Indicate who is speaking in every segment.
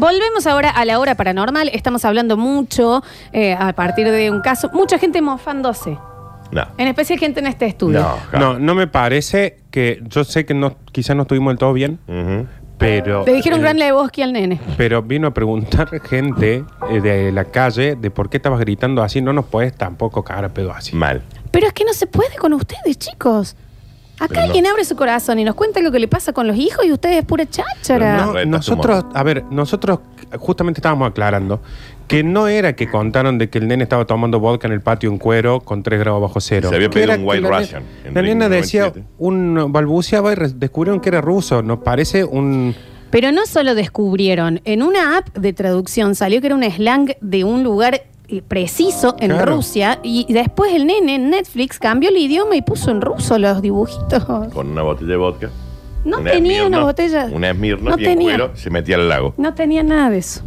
Speaker 1: volvemos ahora a la hora paranormal. Estamos hablando mucho eh, a partir de un caso. Mucha gente mofándose.
Speaker 2: No.
Speaker 1: En especial gente en este estudio.
Speaker 2: No, ja.
Speaker 3: No, no me parece que. Yo sé que no, quizás no estuvimos del todo bien,
Speaker 2: Ujú.
Speaker 3: pero.
Speaker 1: Le dijeron
Speaker 3: el-
Speaker 1: gran Lebowski al nene.
Speaker 3: Pero vino a preguntar gente eh, de la calle de por qué estabas gritando así. No nos podés tampoco cagar a pedo así.
Speaker 2: Mal.
Speaker 1: Pero es que no se puede con ustedes, chicos. Acá
Speaker 2: Pero no.
Speaker 1: alguien abre su corazón y nos cuenta lo que le pasa con los hijos y ustedes es pura cháchara.
Speaker 2: Pero
Speaker 3: No,
Speaker 2: Reta,
Speaker 3: nosotros, a ver, nosotros justamente estábamos aclarando que no era que contaron de que el nene estaba tomando vodka en el patio en cuero con 3 grados bajo cero.
Speaker 2: Se había
Speaker 3: Que
Speaker 2: pedido
Speaker 3: era
Speaker 2: un
Speaker 3: que
Speaker 2: White
Speaker 3: la ne-
Speaker 2: Russian en
Speaker 3: La
Speaker 2: Ring
Speaker 3: nena decía
Speaker 2: 97.
Speaker 3: un balbuceaba y re- descubrieron que era ruso. Nos parece un.
Speaker 1: Pero no solo descubrieron, en una app de traducción salió que era un slang de un lugar eh, preciso en
Speaker 3: Claro.
Speaker 1: Rusia y después el nene en Netflix cambió el idioma y puso en ruso los dibujitos.
Speaker 2: Con una botella de vodka.
Speaker 1: No tenía una
Speaker 2: Smirnoff,
Speaker 1: botella.
Speaker 2: Una Smirnoff
Speaker 1: No
Speaker 2: y en
Speaker 1: tenía.
Speaker 2: cuero se metía al lago,
Speaker 1: No tenía nada de eso.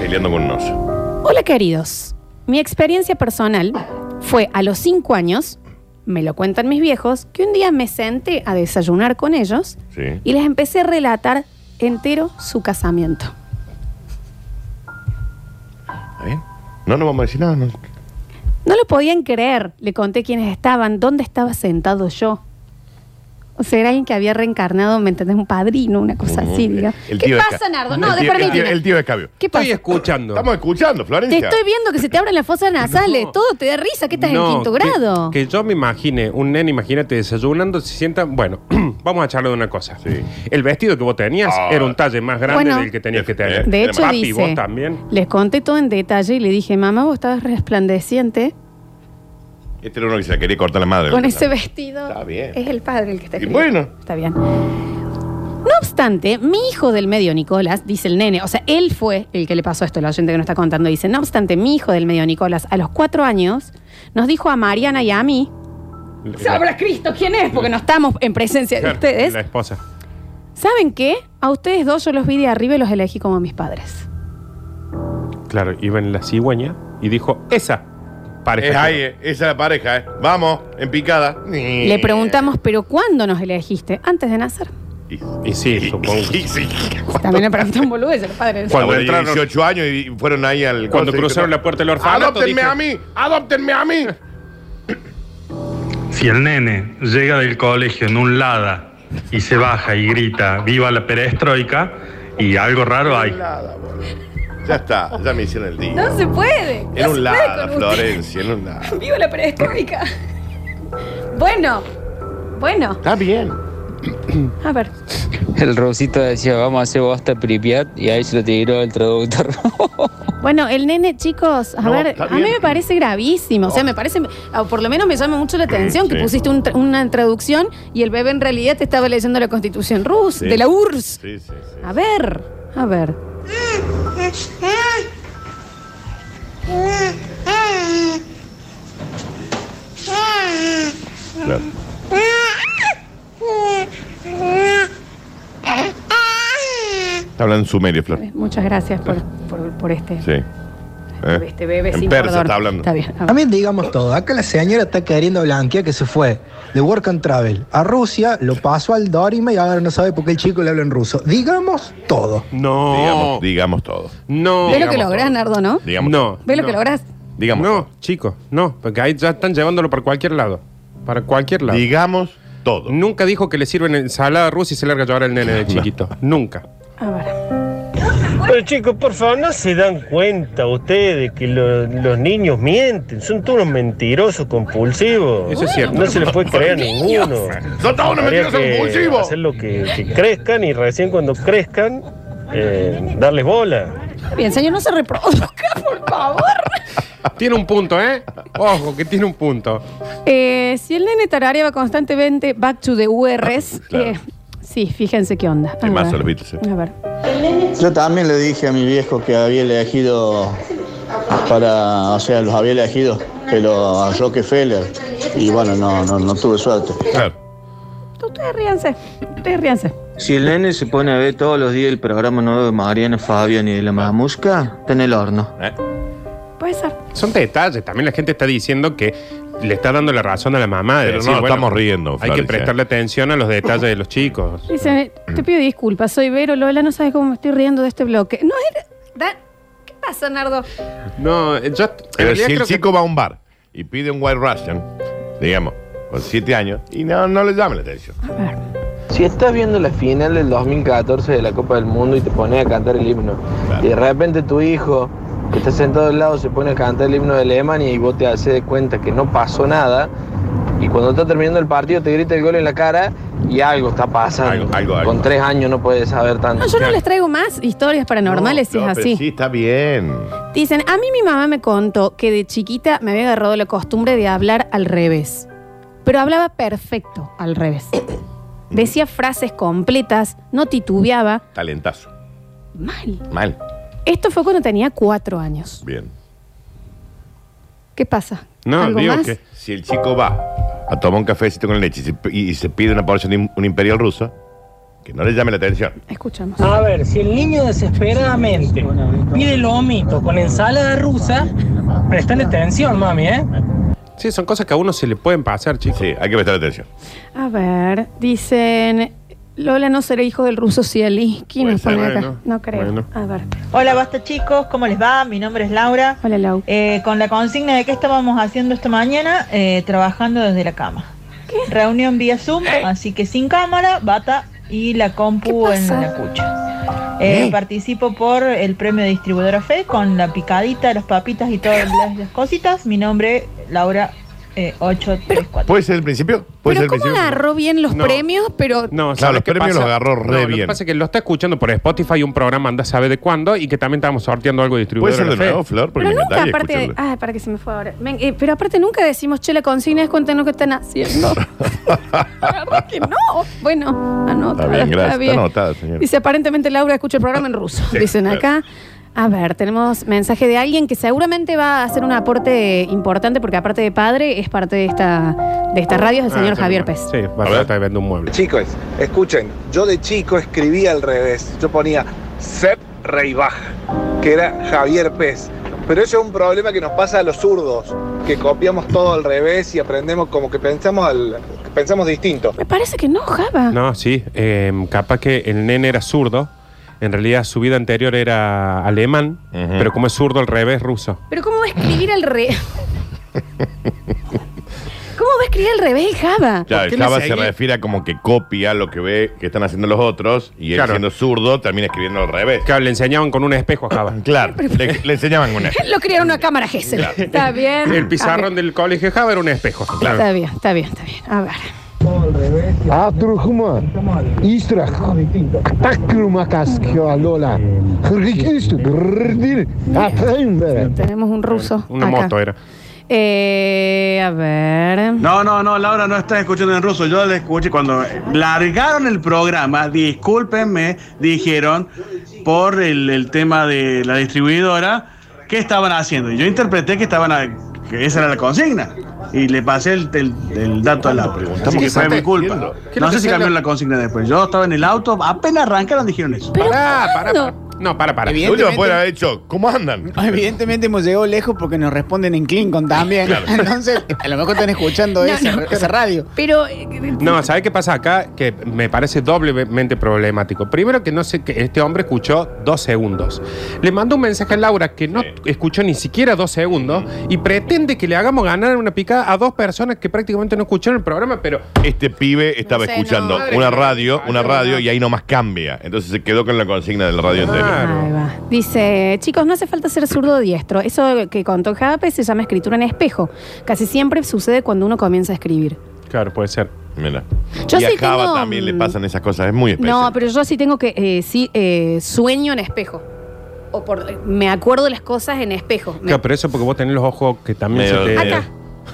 Speaker 2: peleando con un oso.
Speaker 1: Hola queridos, mi experiencia personal fue a los 5 años, me lo cuentan mis viejos, que un día me senté a desayunar con ellos
Speaker 2: Sí.
Speaker 1: y les empecé a relatar entero su casamiento.
Speaker 2: ¿Está bien? No, no vamos a decir nada. no.
Speaker 1: No lo podían creer. Le conté quiénes estaban, dónde estaba sentado yo. O sea, era alguien que había reencarnado, ¿me entendés? Un padrino, una cosa
Speaker 2: Ujú.
Speaker 1: así, diga.
Speaker 2: El
Speaker 1: ¿Qué
Speaker 2: tío de
Speaker 1: pasa,
Speaker 2: Esca-
Speaker 1: Nardo? No,
Speaker 2: el tío- el tío-
Speaker 1: despertime.
Speaker 2: El tío de Escabio.
Speaker 1: ¿Qué
Speaker 3: Estoy
Speaker 1: pasa?
Speaker 3: escuchando.
Speaker 2: Estamos escuchando,
Speaker 1: Te
Speaker 2: Florencia.
Speaker 1: estoy viendo que se te abren las fosas nasales.
Speaker 3: No.
Speaker 1: Todo te da risa. ¿Qué estás
Speaker 3: No,
Speaker 1: en quinto
Speaker 3: que-
Speaker 1: grado?
Speaker 3: Que, yo me imagine, un nene, imagínate, desayunando, se sienta. Bueno, vamos a charlar de una cosa.
Speaker 2: Sí.
Speaker 3: El vestido que vos tenías
Speaker 2: Ah.
Speaker 3: era un talle más grande
Speaker 1: Bueno.
Speaker 3: del que tenías que tener.
Speaker 2: Eh,
Speaker 1: De hecho,
Speaker 3: papi,
Speaker 1: dice.
Speaker 3: vos también.
Speaker 1: Les conté todo en detalle y le dije, mamá, vos estabas resplandeciente
Speaker 2: Este era uno que se la quería cortar la madre.
Speaker 1: con ese vestido.
Speaker 2: Está bien.
Speaker 1: Es el padre el que está
Speaker 2: Y
Speaker 1: escribiendo.
Speaker 2: bueno.
Speaker 1: Está bien. No obstante, mi hijo del medio, Nicolás, dice el nene, o sea, él fue el que le pasó esto, la oyente que nos está contando, dice, no obstante, mi hijo del medio, Nicolás, a los cuatro años, nos dijo a Mariana y a mí, sabrá Cristo quién es, porque no estamos en presencia de
Speaker 3: Claro,
Speaker 1: ustedes,
Speaker 3: La esposa.
Speaker 1: ¿saben qué? A ustedes dos yo los vi de arriba y los elegí como a mis padres.
Speaker 3: Claro, iba en la cigüeña y dijo, esa pareja.
Speaker 2: Es ahí, eh. esa es la pareja, ¿eh? Vamos, en picada. Eh.
Speaker 1: Le preguntamos, ¿pero cuándo nos elegiste? Antes de nacer.
Speaker 2: Y,
Speaker 3: Y sí, supongo.
Speaker 2: y- y- sí.
Speaker 1: También le preguntan boludez a los padres.
Speaker 3: Cuando
Speaker 2: Cuando entraron
Speaker 3: entraron-
Speaker 2: 18 años y fueron ahí al.
Speaker 3: Cuando
Speaker 2: coso y dijeron,
Speaker 3: cruzaron la puerta del orfanato,
Speaker 2: ¡Adóptenme
Speaker 3: dije-
Speaker 2: a mí! ¡Adóptenme a mí!
Speaker 4: Si el nene llega del colegio en un Lada y se baja y grita ¡Viva la perestroika! y algo raro hay.
Speaker 2: Nada, boludo. Ya está, ya me hicieron el día.
Speaker 1: No se puede. no
Speaker 2: en
Speaker 1: se
Speaker 2: un
Speaker 1: puede
Speaker 2: lado, eh.
Speaker 1: con usted.
Speaker 2: Florencia, en un lado.
Speaker 1: Viva la prehistórica. Bueno, bueno,
Speaker 2: Está bien.
Speaker 1: a ver.
Speaker 5: El Rosito decía, vamos a hacer bosta Pripyat y ahí se lo tiró el traductor.
Speaker 1: Bueno, el nene, chicos, a
Speaker 2: No,
Speaker 1: ver,
Speaker 2: está
Speaker 1: a mí
Speaker 2: bien. Ah.
Speaker 1: me parece gravísimo. O sea, me parece, o por lo menos me llama mucho la atención que
Speaker 2: sí.
Speaker 1: pusiste un tra- una traducción y el bebé en realidad te estaba leyendo la constitución rusa,
Speaker 2: Sí.
Speaker 1: de la URSS.
Speaker 2: Sí, sí, sí.
Speaker 1: A ver, a ver.
Speaker 2: Claro. Está hablando en sumerio, Flor.
Speaker 1: Eh, Muchas gracias por, por- por este,
Speaker 2: Sí. ¿Eh?
Speaker 1: por este bebé
Speaker 2: en
Speaker 1: sin
Speaker 2: persa
Speaker 1: perdón.
Speaker 2: está hablando.
Speaker 1: Está bien. a ver.
Speaker 6: También digamos todo, acá la señora está queriendo blanquear que se fue de Work and Travel a Rusia, lo pasó al Dorime y ahora no sabe por qué el chico le habla en ruso. Digamos todo.
Speaker 3: No.
Speaker 2: Digamos, digamos todo.
Speaker 3: no.
Speaker 1: Ve lo
Speaker 2: Digamos
Speaker 1: que lográs,
Speaker 2: todo.
Speaker 1: Nardo, ¿no?
Speaker 2: Digamos.
Speaker 3: No.
Speaker 1: Ve lo
Speaker 3: no.
Speaker 1: que lográs.
Speaker 2: Digamos.
Speaker 3: No, chicos, no, porque ahí ya están llevándolo para cualquier lado. Para cualquier lado.
Speaker 2: Digamos todo.
Speaker 3: Nunca dijo que le sirven ensalada rusa y se larga a llorar el nene de chiquito. Nunca.
Speaker 1: A ver.
Speaker 7: Pero chicos, por favor, no se dan cuenta ustedes que lo- los niños mienten, son todos unos mentirosos compulsivos.
Speaker 3: Eso es cierto.
Speaker 7: No se les puede creer a ninguno.
Speaker 2: Son todos Ah, unos
Speaker 7: Habría
Speaker 2: mentirosos
Speaker 7: que
Speaker 2: compulsivos.
Speaker 7: Hacer lo que, que crezcan y recién cuando crezcan, eh, darles bola.
Speaker 1: Está Bien, señor, no se reproduzca, por favor.
Speaker 3: Tiene un punto, ¿eh? Ojo, que tiene un punto.
Speaker 1: Eh, si el nene tarareaba constantemente back to the URs,
Speaker 2: Ah, Claro.
Speaker 1: eh, sí, fíjense qué onda. A
Speaker 2: Temazo
Speaker 1: ver.
Speaker 2: los Beatles, eh.
Speaker 1: A ver.
Speaker 8: Yo también le dije a mi viejo que había elegido para, o sea, los había elegido, pero a Rockefeller. Y bueno, no, no, no tuve suerte.
Speaker 2: Claro.
Speaker 1: Tú- Ustedes ríanse, ustedes ríanse.
Speaker 9: Si el nene se pone a ver todos los días el programa nuevo de Mariana Fabian y de la mamusca, está en el horno.
Speaker 2: Eh,
Speaker 1: Puede ser.
Speaker 3: Son detalles. También la gente está diciendo que le está dando la razón a la mamá. De
Speaker 2: Pero
Speaker 3: decir,
Speaker 2: no,
Speaker 3: bueno,
Speaker 2: estamos riendo,
Speaker 3: Hay que
Speaker 2: Florencia.
Speaker 3: prestarle atención a los detalles de los chicos.
Speaker 1: Dice, te pido disculpas, soy Vero Lola, no sabes cómo me estoy riendo de este bloque. No era, Da- ¿Qué pasa, Nardo?
Speaker 3: No, eh, yo. en
Speaker 2: Pero
Speaker 3: realidad
Speaker 2: si el
Speaker 3: creo que-
Speaker 2: chico va a un bar y pide un White Russian, digamos, con siete años, y no, no le llame la atención.
Speaker 1: A ver.
Speaker 5: Si estás viendo la final del 2014 de la Copa del Mundo y te pones a cantar el himno,
Speaker 2: Claro.
Speaker 5: y de repente tu hijo, que está sentado al lado, se pone a cantar el himno de Alemania y vos te haces de cuenta que no pasó nada, y cuando está terminando el partido te grita el gol en la cara y algo está pasando.
Speaker 2: Algo- algo- algo.
Speaker 5: Con tres años no puedes saber tanto.
Speaker 1: No, yo no les traigo más historias paranormales si
Speaker 2: No,
Speaker 1: es
Speaker 2: no, pero
Speaker 1: así.
Speaker 2: Sí, está bien.
Speaker 1: Dicen, a mí mi mamá me contó que de chiquita me había agarrado la costumbre de hablar al revés. Pero hablaba perfecto al revés. Decía frases completas, no titubeaba.
Speaker 2: Talentazo.
Speaker 1: Mal.
Speaker 2: Mal.
Speaker 1: Esto fue cuando tenía cuatro años.
Speaker 2: Bien.
Speaker 1: ¿Qué pasa?
Speaker 3: No,
Speaker 1: ¿Algo
Speaker 3: digo
Speaker 1: más?
Speaker 3: que.
Speaker 2: Si el chico va a tomar un cafecito con leche y se, y se pide una porción de un- un imperial ruso, que no le llame la atención.
Speaker 1: Escuchamos.
Speaker 10: A ver, si el niño desesperadamente pide lomito con ensalada rusa, prestale atención, mami, ¿eh?
Speaker 3: Sí, son cosas que a uno se le pueden pasar, chicos.
Speaker 2: Sí, hay que prestar atención.
Speaker 1: A ver, dicen, Lola no será hijo del ruso Cieli. ¿Quién
Speaker 2: Puede
Speaker 1: nos pone
Speaker 2: ser,
Speaker 1: acá?
Speaker 2: bueno.
Speaker 1: No creo.
Speaker 3: Bueno.
Speaker 1: A ver.
Speaker 10: Hola, basta chicos, ¿cómo les va? Mi nombre es Laura.
Speaker 1: Hola, Lau.
Speaker 10: Eh, con la consigna de qué estábamos haciendo esta mañana, eh, trabajando desde la cama. Reunión vía Zoom, así que sin cámara, bata y la compu
Speaker 1: ¿Qué
Speaker 10: en
Speaker 1: pasa?
Speaker 10: la cucha. Eh,
Speaker 2: ¿Eh?
Speaker 10: Participo por el premio de distribuidora FE con la picadita, las papitas y todas las, las cositas. Mi nombre, Laura eh, 834.
Speaker 2: ¿Puede ser el principio? ¿Puede
Speaker 1: Pero
Speaker 2: ser el
Speaker 1: ¿cómo
Speaker 2: principio?
Speaker 1: agarró bien los
Speaker 3: No.
Speaker 1: premios? Pero
Speaker 3: No,
Speaker 2: Claro,
Speaker 3: ¿sabes
Speaker 2: los
Speaker 3: qué
Speaker 2: premios los
Speaker 3: pasa?
Speaker 2: agarró re
Speaker 3: No, Lo que
Speaker 2: bien.
Speaker 3: pasa es que lo está escuchando por Spotify un programa, anda sabe de cuándo, y que también estábamos sorteando algo de
Speaker 2: ¿Puede
Speaker 3: distribuidor.
Speaker 2: ser de nuevo, Flor?
Speaker 1: Pero
Speaker 2: Porque me
Speaker 1: nunca,
Speaker 2: encantaría
Speaker 1: aparte.
Speaker 2: escucharlo.
Speaker 1: Ah, para que se me fue ahora. Ven, eh, pero aparte, nunca decimos, che, la consigna es cuéntenos qué están haciendo. La verdad que no. Bueno, anota.
Speaker 2: Está bien, gracias. Está
Speaker 1: Ah, bien.
Speaker 2: anotada, señor.
Speaker 1: Dice, aparentemente Laura escucha el programa en ruso.
Speaker 2: Sí,
Speaker 1: Dicen
Speaker 2: claro.
Speaker 1: acá. A ver, tenemos mensaje de alguien que seguramente va a hacer un aporte importante, porque aparte de padre, es parte de esta, de esta radio, es
Speaker 3: Ah,
Speaker 1: el señor Javier Pérez.
Speaker 3: Sí, va
Speaker 2: A ver.
Speaker 3: a estar viendo un mueble.
Speaker 11: Chicos, escuchen, yo de chico escribía al revés. Yo ponía Sep Reibaj, que era Javier Pez. Pero eso es un problema que nos pasa a los zurdos, que copiamos todo al revés y aprendemos como que pensamos al, que pensamos distinto.
Speaker 1: Me parece que no, Java.
Speaker 3: No, sí, eh, capaz que el nene era zurdo, en realidad su vida anterior era alemán,
Speaker 2: Ujú.
Speaker 3: pero como es zurdo al revés, ruso.
Speaker 1: Pero ¿cómo va a escribir al revés? ¿Cómo va a escribir al revés, Java?
Speaker 2: Claro,
Speaker 3: ¿Por qué
Speaker 2: el
Speaker 3: me
Speaker 2: Java se
Speaker 3: seguí?
Speaker 2: refiere a como que copia lo que ve que están haciendo los otros y él
Speaker 3: Claro.
Speaker 2: siendo zurdo termina escribiendo al revés.
Speaker 3: Claro, le enseñaban con un espejo a
Speaker 1: Ah.
Speaker 3: Java.
Speaker 2: Claro, le, le enseñaban una.
Speaker 1: Lo criaron una cámara Gesell. Está bien.
Speaker 3: El pizarrón del colegio de Java era un espejo.
Speaker 1: Está bien, está bien, está bien. A ver. Tenemos un ruso.
Speaker 3: Una
Speaker 1: acá.
Speaker 3: moto era.
Speaker 1: Eh, a ver.
Speaker 11: No, no, no, Laura, no estás escuchando en ruso. Yo la escuché cuando largaron el programa, discúlpenme, dijeron, por el, el tema de la distribuidora, ¿qué estaban haciendo? Y yo interpreté que estaban, a- que esa era la consigna. Y le pasé el, el- el dato a la pregunta. Así que fue mi culpa.
Speaker 3: ¿Qué
Speaker 11: No
Speaker 3: es lo
Speaker 11: sé
Speaker 3: que
Speaker 11: si
Speaker 3: sea
Speaker 11: cambiaron
Speaker 3: la-
Speaker 11: la consigna después. Yo estaba en el auto, apenas arrancaron, dijeron eso.
Speaker 1: Pero
Speaker 3: Pará, pará,
Speaker 1: ¿cuándo?
Speaker 3: pará. No, para, para.
Speaker 2: Lo último que pueden haber hecho, ¿cómo andan?
Speaker 11: Evidentemente hemos llegado lejos porque nos responden en Clinton también. Entonces, a lo mejor están escuchando
Speaker 1: No, esa- no, esa
Speaker 11: radio.
Speaker 1: Pero. eh,
Speaker 3: No, ¿sabes qué pasa acá? Que me parece doblemente problemático. Primero que no sé que este hombre escuchó dos segundos. Le mandó un mensaje a Laura que no
Speaker 2: Sí.
Speaker 3: escuchó ni siquiera dos segundos y pretende que le hagamos ganar una picada a dos personas que prácticamente no escucharon el programa, pero
Speaker 2: Este pibe estaba
Speaker 1: sé, no.
Speaker 2: escuchando
Speaker 1: Ah,
Speaker 3: Madre
Speaker 2: una
Speaker 3: que-
Speaker 2: radio, una
Speaker 3: Ay,
Speaker 2: radio
Speaker 3: no.
Speaker 2: y ahí nomás cambia. Entonces se quedó con la consigna de la radio entera.
Speaker 3: Claro.
Speaker 1: Ahí va. Dice, chicos, no hace falta ser zurdo o diestro. Eso que contó Java se llama escritura en espejo. Casi siempre sucede cuando uno comienza a escribir.
Speaker 3: claro, puede ser.
Speaker 2: Mira.
Speaker 1: Yo
Speaker 2: y a
Speaker 1: sí
Speaker 2: Java
Speaker 1: tengo,
Speaker 2: también le
Speaker 1: mm,
Speaker 2: pasan esas cosas, es muy especial.
Speaker 1: No, pero yo sí tengo que. eh, sí, eh, sueño en espejo. O por, me acuerdo de las cosas en espejo. Me-
Speaker 3: Claro, pero eso porque vos tenés los ojos que también
Speaker 2: Medio-
Speaker 3: se te...
Speaker 1: Acá,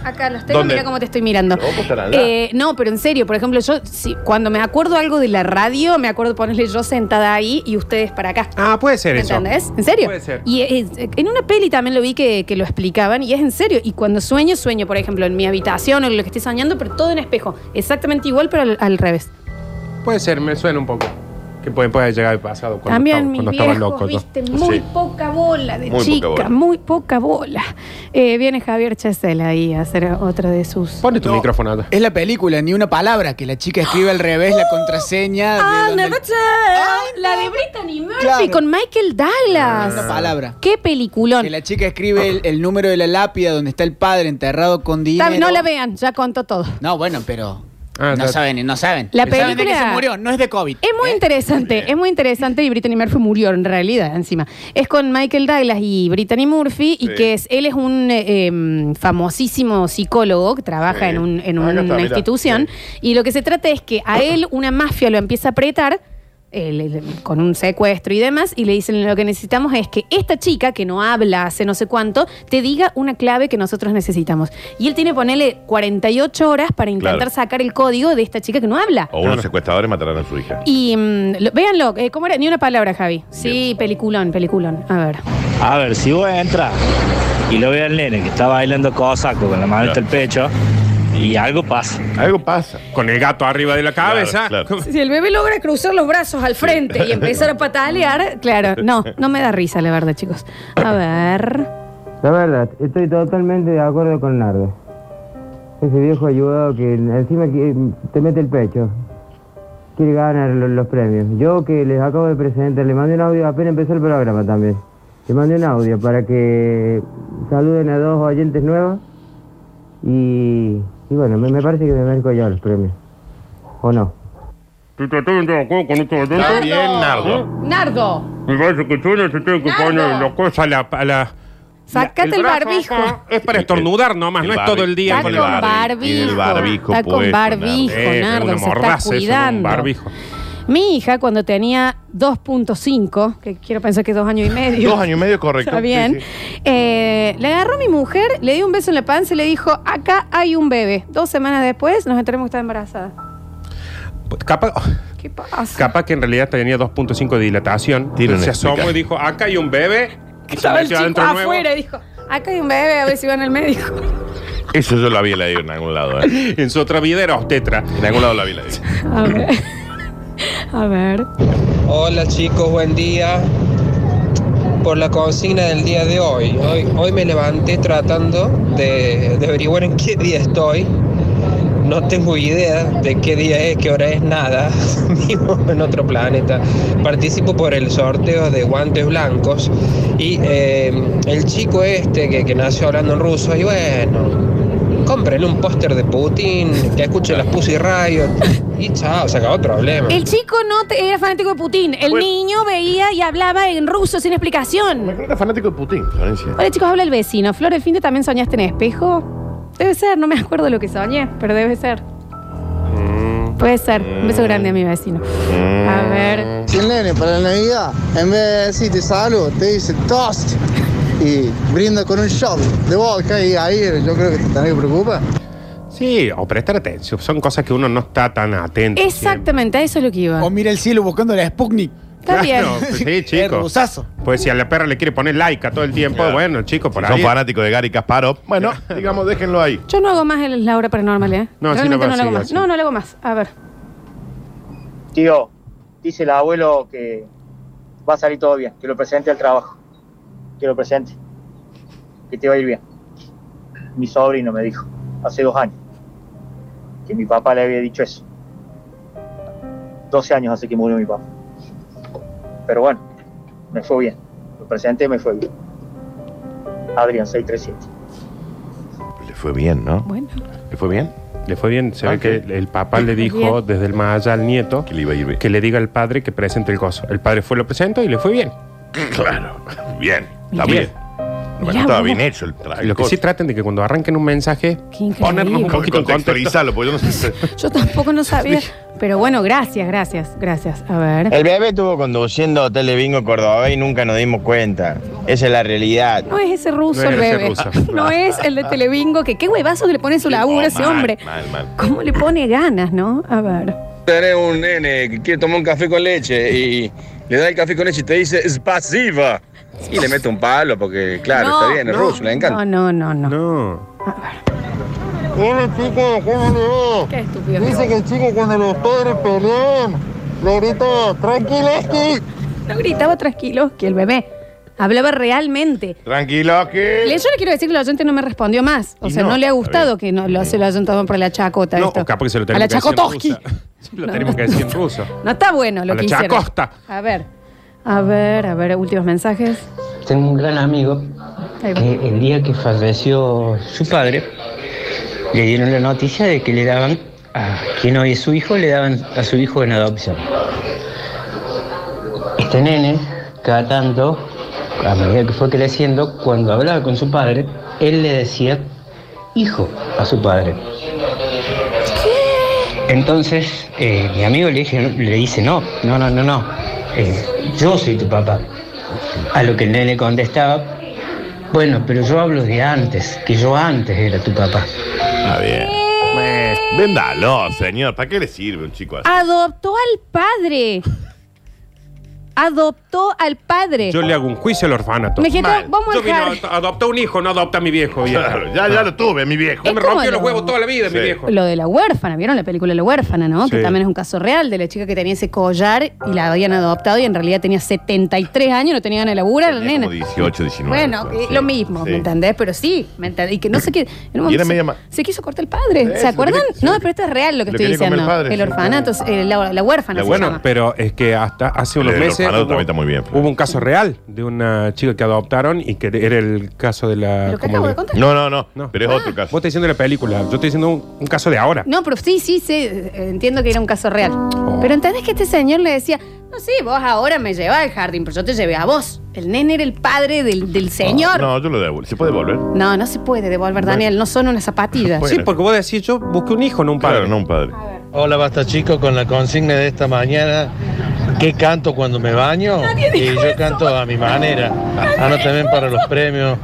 Speaker 1: acá los tengo,
Speaker 2: ¿Dónde?
Speaker 1: mira cómo te estoy mirando.
Speaker 2: Los ojos están al lado.
Speaker 1: Eh, no, pero en serio, por ejemplo, yo si- cuando me acuerdo algo de la radio, me acuerdo ponerle yo sentada ahí y ustedes para acá.
Speaker 3: Ah, puede ser eso.
Speaker 1: ¿Entendés? ¿En serio?
Speaker 3: Puede ser.
Speaker 1: Y es- en una peli también lo vi que, que lo explicaban y es en serio. Y cuando sueño, sueño, por ejemplo, en mi habitación o lo que esté soñando, pero todo en espejo. Exactamente igual, pero al, al revés.
Speaker 3: Puede ser, me suena un poco. Que puede, puede llegar al pasado cuando
Speaker 1: También
Speaker 3: estaba, cuando
Speaker 1: mis
Speaker 3: estaba
Speaker 1: viejos,
Speaker 3: loco. yo.
Speaker 1: viste, muy
Speaker 3: Sí.
Speaker 1: poca bola de
Speaker 3: Muy poca
Speaker 1: chica,
Speaker 3: bola.
Speaker 1: muy poca bola. Eh, viene Javier Chesel ahí a hacer otra de sus...
Speaker 3: Pone tu micrófono allá.
Speaker 12: Es la película, ni una palabra, que la chica escribe al revés la contraseña. de
Speaker 1: I'll
Speaker 12: donde-
Speaker 1: never tell. La de Brittany Murphy
Speaker 12: Claro.
Speaker 1: con Michael Douglas.
Speaker 12: Una palabra.
Speaker 1: Qué peliculón.
Speaker 12: Que la chica escribe el, el número de la lápida donde está el padre enterrado con
Speaker 1: Está-
Speaker 12: dinero.
Speaker 1: No la vean, ya contó todo.
Speaker 12: No, bueno, pero.
Speaker 3: Ah,
Speaker 12: no saben, no saben.
Speaker 1: La
Speaker 12: Saben de que se
Speaker 1: película-
Speaker 12: murió, no es de COVID.
Speaker 1: Es
Speaker 2: ¿eh?
Speaker 1: muy interesante, es muy interesante y Brittany Murphy murió en realidad encima. Es con Michael Douglas y Brittany Murphy y
Speaker 2: Sí.
Speaker 1: que es, él es un eh, em, famosísimo psicólogo que trabaja
Speaker 2: Sí.
Speaker 1: en, un- en
Speaker 2: Acá
Speaker 1: una
Speaker 2: está, mirá.
Speaker 1: institución y lo que se trata es que a él una mafia lo empieza a apretar el- el- con un secuestro y demás y le dicen lo que necesitamos es que esta chica que no habla hace no sé cuánto te diga una clave que nosotros necesitamos. Y él tiene ponerle 48 horas para intentar
Speaker 2: Claro.
Speaker 1: sacar el código de esta chica que no habla.
Speaker 2: O unos secuestradores matarán a su hija.
Speaker 1: Y mm, lo- véanlo, eh, ¿cómo era? Ni una palabra, Javi. Sí, peliculón, peliculón. A ver.
Speaker 13: A ver, si vos entras y lo ve al nene que está bailando cosaco con la mano hasta el pecho, y algo pasa.
Speaker 2: Algo pasa.
Speaker 3: Con el gato arriba de la cabeza.
Speaker 1: Si el bebé logra cruzar los brazos al frente y empezar a patalear, claro, no, no me da risa, la verdad, chicos. A ver.
Speaker 14: La verdad, estoy totalmente de acuerdo con Nardo. Ese viejo ayudado que encima que te mete el pecho. Quiere ganar lo- los premios. Yo que les acabo de presentar, le mandé un audio, apenas empezó el programa también. Le mandé un audio para que saluden a dos oyentes nuevos. Y, y bueno, me, me parece que me merezco ya los premios. ¿O no?
Speaker 3: Está bien, Nardo.
Speaker 1: Nardo,
Speaker 3: Me parece que tú no te tienes que poner la cosa a la. a la-
Speaker 1: sacate el,
Speaker 3: el brazo
Speaker 1: barbijo.
Speaker 3: acá Es para estornudar nomás, no es todo el día
Speaker 1: Está con barbijo.
Speaker 3: el barbijo
Speaker 1: Está con
Speaker 3: puesto,
Speaker 1: barbijo,
Speaker 3: Eh, pero
Speaker 1: Nardo,
Speaker 3: una
Speaker 1: se está
Speaker 3: mordaza eso,
Speaker 1: cuidando.
Speaker 3: Un barbijo.
Speaker 1: Mi hija, cuando tenía 2.5, que quiero pensar que es dos años y medio.
Speaker 2: Dos años y medio, correcto.
Speaker 1: Está bien. Eh, le agarró a mi mujer, le dio un beso en la panza y le dijo: Acá hay un bebé. Dos semanas después nos enteramos que está embarazada.
Speaker 3: Pues Capaz,
Speaker 1: ¿Qué pasa?
Speaker 3: capaz que en realidad tenía 2.5 de dilatación.
Speaker 2: Tiene una
Speaker 3: se asomó y dijo: Acá hay un bebé. Y se
Speaker 1: Estaba el
Speaker 3: metió
Speaker 1: chico
Speaker 3: adentro nuevo.
Speaker 1: afuera y dijo: Acá hay un bebé, a ver si van al médico.
Speaker 2: Eso yo la vi leído en algún lado. ¿eh?
Speaker 3: en su otra vida era obstetra.
Speaker 2: En algún lado la vi leído.
Speaker 1: A ver. A ver.
Speaker 15: Hola chicos, buen día. Por la consigna del día de hoy. Hoy, hoy me levanté tratando de, de averiguar en qué día estoy. No tengo idea de qué día es, qué hora es, nada. Vivo en otro planeta. Participo por el sorteo de guantes blancos. Y eh, el chico este que, que nació hablando en ruso, y bueno, cómprenle un póster de Putin, que escuche las Pussy Riot. Y chao, se acabó el problema.
Speaker 1: El chico no te- era fanático de Putin. El niño veía y hablaba en ruso sin explicación.
Speaker 2: Era fanático de Putin, Florencia.
Speaker 1: Hola chicos, habla el vecino. Flor, el fin de también soñaste en espejo. Debe ser, no me acuerdo lo que soñé, pero debe ser. Puede ser. Un beso grande a mi vecino. A ver.
Speaker 16: Si el nene para la Navidad, en vez de decirte salud, te dice toast y brinda con un shot de vodka y ahí yo creo que te tenés que preocupar.
Speaker 3: Sí, o prestar atención. Son cosas que uno no está tan atento.
Speaker 1: Exactamente, a eso es lo que iba.
Speaker 12: O mira el cielo buscando la Sputnik.
Speaker 1: Está bien.
Speaker 3: Claro, pues sí, chico.
Speaker 12: rusazo.
Speaker 3: Pues si a la perra le quiere poner laica todo el tiempo, bueno, chico, por
Speaker 2: Si son
Speaker 3: ahí.
Speaker 2: fanáticos de Gary Kasparov. Bueno, digamos, déjenlo ahí.
Speaker 1: Yo no hago más el- la obra paranormal, ¿eh?
Speaker 2: No, sí,
Speaker 1: Realmente no
Speaker 2: no,
Speaker 1: lo hago
Speaker 2: sí,
Speaker 1: más.
Speaker 2: sí.
Speaker 1: No, no lo hago más. A ver.
Speaker 17: Tío, dice el abuelo que va a salir todo bien, que lo presente al trabajo, que lo presente, que te va a ir bien. Mi sobrino me dijo hace dos años que mi papá le había dicho eso. 12 años hace que murió mi papá. Pero bueno, me fue bien. Lo presenté y me fue bien. Adrián 637.
Speaker 2: Le fue bien, ¿no?
Speaker 1: Bueno.
Speaker 2: ¿Le fue bien?
Speaker 3: Le fue bien. Se
Speaker 2: Ah,
Speaker 3: ve que el- el papá le dijo
Speaker 2: Bien.
Speaker 3: desde el más allá al nieto que
Speaker 2: le,
Speaker 3: diga al padre que presente el coso. El padre fue, lo presentó y le fue bien.
Speaker 2: Claro. Bien. Está bien. Bueno, estaba bien hecho el traje.
Speaker 3: Lo que sí traten de que cuando arranquen un mensaje,
Speaker 1: increíble.
Speaker 3: ponernos un poquito en contexto.
Speaker 2: contextualizarlo, porque yo no sé.
Speaker 1: Yo tampoco no sabía. Pero bueno, gracias, gracias, gracias. A ver.
Speaker 18: Eh,
Speaker 19: El bebé estuvo conduciendo Telebingo Córdoba y nunca nos dimos cuenta. Esa es la realidad.
Speaker 1: No es ese ruso
Speaker 19: No
Speaker 1: el
Speaker 19: era ese
Speaker 1: bebé.
Speaker 19: ruso.
Speaker 1: No es el de Telebingo, que qué huevazo que le
Speaker 2: Oh,
Speaker 1: pone su laburo a ese hombre.
Speaker 19: Mal, mal.
Speaker 1: ¿Cómo le pone ganas, no? A ver.
Speaker 20: Tenés un nene que quiere tomar un café con leche y le da el café con leche y te dice es pasiva. Y le mete un palo porque, claro,
Speaker 1: No,
Speaker 20: está bien, es
Speaker 1: no,
Speaker 20: ruso, le encanta.
Speaker 1: No, no, no.
Speaker 3: No.
Speaker 16: Hola chicos, ¿cómo le va?
Speaker 1: Qué estúpido.
Speaker 16: Dice que el chico cuando los padres pelean,
Speaker 1: Negrito, tranquiloski. No gritaba tranquiloski el bebé. Hablaba realmente.
Speaker 2: Tranquilo, que.
Speaker 1: Le- Yo le quiero decir que la oyente no me respondió más. O
Speaker 2: Y
Speaker 1: sea, no,
Speaker 2: no,
Speaker 1: le ha
Speaker 2: está
Speaker 1: gustado que no lo se lo hayan tomado por la chacota.
Speaker 3: No,
Speaker 1: esto.
Speaker 3: o capaz que se lo
Speaker 1: a la
Speaker 3: tenemos que decir en
Speaker 1: Chakotovsky.
Speaker 3: ruso. Lo
Speaker 1: No,
Speaker 3: tenemos
Speaker 1: no.
Speaker 3: que decir en ruso.
Speaker 1: No está bueno lo
Speaker 3: A la
Speaker 1: que hicieron.
Speaker 3: Chacosta.
Speaker 1: A ver, a ver, a ver, últimos mensajes.
Speaker 18: Tengo un gran amigo
Speaker 1: Ahí va.
Speaker 18: que el día que falleció su padre, le dieron la noticia de que le daban a quien hoy es su hijo, le daban a su hijo en adopción. Este nene, cada tanto, a medida que fue creciendo, cuando hablaba con su padre, él le decía hijo a su padre. Entonces, eh, mi amigo le, dije- le dice, no, no, no, no, no, eh, yo soy tu papá. A lo que el nene contestaba, bueno, pero yo hablo de antes, que yo antes era tu papá.
Speaker 2: Ah, bien. Eh, Véndalo, señor. ¿Para qué le sirve un chico
Speaker 1: Ah.
Speaker 2: así?
Speaker 1: Adoptó al padre. Adoptó al padre.
Speaker 3: Yo le hago un juicio al orfanato.
Speaker 1: Me dijiste,
Speaker 3: Mal.
Speaker 1: vamos a
Speaker 3: Yo vine
Speaker 1: dejar-
Speaker 3: a- adopta un hijo, no adopta a mi viejo. vieja.
Speaker 2: Claro, ya- ya
Speaker 3: No.
Speaker 2: lo tuve, mi viejo.
Speaker 1: Es
Speaker 3: me
Speaker 1: como
Speaker 3: rompió los
Speaker 1: lo-
Speaker 3: huevos toda la vida, mi viejo.
Speaker 1: Lo de la huérfana, ¿vieron la película La huérfana, no? Que
Speaker 3: Sí.
Speaker 1: también es un caso real de la chica que tenía ese collar y la habían adoptado y en realidad tenía 73 años, no tenía ganas de laburar, la nena.
Speaker 2: Como 18, 19.
Speaker 1: Bueno,
Speaker 2: claro,
Speaker 1: eh,
Speaker 2: sí.
Speaker 1: lo mismo,
Speaker 2: Sí.
Speaker 1: ¿me entendés? Pero sí, ¿me entendés? Y que no sé qué. en un
Speaker 2: Y
Speaker 1: momento
Speaker 2: era
Speaker 1: se-
Speaker 2: media ma-
Speaker 1: se, quiso cortar el padre,
Speaker 2: Eh,
Speaker 1: ¿se
Speaker 2: se
Speaker 1: acuerdan?
Speaker 2: quería-
Speaker 1: no, pero esto es real lo que
Speaker 2: lo
Speaker 1: estoy
Speaker 2: quería comer
Speaker 1: diciendo.
Speaker 2: el padre,
Speaker 1: el
Speaker 2: sí.
Speaker 1: orfanato, eh, la, la huérfana se
Speaker 3: Bueno,
Speaker 1: llama.
Speaker 3: pero es que hasta hace unos
Speaker 2: El
Speaker 3: meses
Speaker 2: orfanato
Speaker 3: hubo,
Speaker 2: también está muy bien,
Speaker 3: hubo un caso real de una chica que adoptaron y que era el caso de la...
Speaker 1: Lo que
Speaker 3: como
Speaker 1: acabo de
Speaker 3: de-
Speaker 1: contar.
Speaker 2: No, no, no, Pero es otro caso.
Speaker 3: Vos estás diciendo la película, yo estoy diciendo un, un caso de ahora.
Speaker 1: No, pero sí, sí, sí, eh, entiendo que era un caso real.
Speaker 2: Oh.
Speaker 1: Pero entendés que este señor le decía, no sí, vos ahora me llevas al jardín, pero yo te llevé a vos. El nene era el padre del,
Speaker 2: Ah,
Speaker 1: del señor. no.
Speaker 2: No, yo lo devuelvo. ¿Se puede devolver?
Speaker 1: no, se puede devolver, Daniel, no son unas zapatillas.
Speaker 3: Sí, porque vos decís, yo busqué un hijo, Pues, no un padre.
Speaker 2: no un padre.
Speaker 21: Hola, basta chicos, con la consigna de esta mañana, ¿qué canto cuando me baño? Y yo canto a mi manera. Anótame para los premios.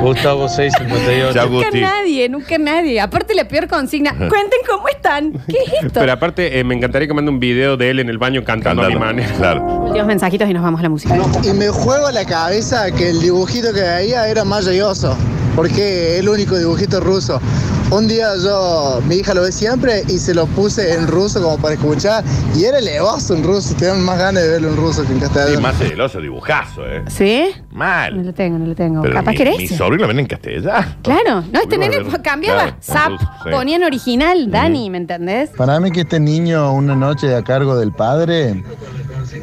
Speaker 21: Gustavo 658.
Speaker 1: Nunca nadie, nunca nadie. Aparte la peor consigna, cuenten cómo están. ¿Qué es esto?
Speaker 3: Pero aparte, eh, me encantaría que mande un video de él en el baño cantando, a mi manera.
Speaker 1: Últimos mensajitos y nos vamos a la música.
Speaker 16: Y me juego a la cabeza que el dibujito que veía era Mayayoso, porque es el único dibujito ruso. Un día yo, mi hija lo ve siempre y se lo puse en ruso como para escuchar, y era elevoso en ruso, tengo más ganas de verlo en ruso que en
Speaker 2: Sí,
Speaker 16: castellano.
Speaker 2: más celoso, dibujazo, ¿eh?
Speaker 1: ¿Sí?
Speaker 2: Mal.
Speaker 1: No lo tengo, no lo tengo.
Speaker 2: Pero
Speaker 1: Capaz
Speaker 2: mi,
Speaker 1: querés.
Speaker 2: mi sobrino lo ven en castellano.
Speaker 1: Claro, no, este
Speaker 2: Porque
Speaker 1: nene
Speaker 2: bueno,
Speaker 1: cambiaba.
Speaker 2: claro,
Speaker 1: Zap,
Speaker 2: sí.
Speaker 1: ponían original, Dani, ¿me entendés?
Speaker 22: Para mí que este niño una noche a cargo del padre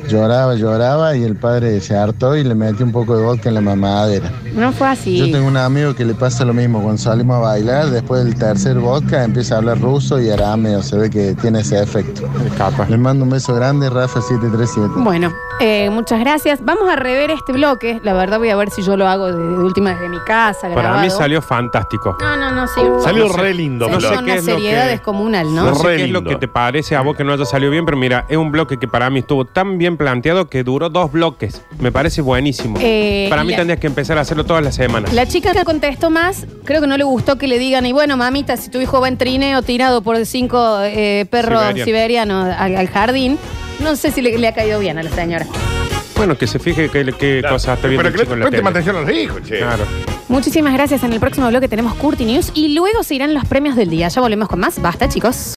Speaker 22: lloraba, lloraba y el padre se hartó y le metió un poco de vodka en la mamadera.
Speaker 1: No fue así.
Speaker 22: Yo tengo un amigo que le pasa lo mismo, cuando salimos a bailar, después del tercer vodka empieza a hablar ruso y arameo, se ve que tiene ese efecto. Le mando un beso grande, Rafa 737.
Speaker 1: Bueno, eh, muchas gracias. Vamos a rever este bloque. La verdad voy a ver si yo lo hago de, de última desde mi casa.
Speaker 3: Para
Speaker 1: grabado.
Speaker 3: mí salió fantástico.
Speaker 1: No, no, no, sí.
Speaker 3: Salió
Speaker 1: No sé.
Speaker 3: re lindo,
Speaker 1: Salió
Speaker 3: Flor.
Speaker 1: con
Speaker 3: No
Speaker 1: una
Speaker 3: sé qué es lo
Speaker 1: seriedad
Speaker 3: que-
Speaker 1: descomunal, ¿no?
Speaker 3: No sé qué es lo que te parece a vos que no haya salido bien, pero mira, es un bloque que para mí estuvo tan bien planteado que duró dos bloques. Me parece buenísimo.
Speaker 1: Eh,
Speaker 3: para mí
Speaker 1: la-
Speaker 3: tendrías que empezar a hacerlo todas las semanas.
Speaker 1: La chica que contestó más, creo que no le gustó que le digan, y bueno, mamita, si tu hijo va en trineo tirado por cinco eh, perros
Speaker 3: Siberian.
Speaker 1: siberianos al, al jardín, no sé si le, le ha caído bien a la señora.
Speaker 3: Bueno, que se fije qué qué cosas está viendo
Speaker 2: Pero
Speaker 3: el
Speaker 2: que
Speaker 3: chico en la
Speaker 2: le preste
Speaker 3: tele.
Speaker 2: más atención a los hijos, che.
Speaker 3: Claro.
Speaker 1: Muchísimas gracias. En el próximo bloque tenemos Curti News y luego se irán los premios del día. Ya volvemos con más. Basta, chicos.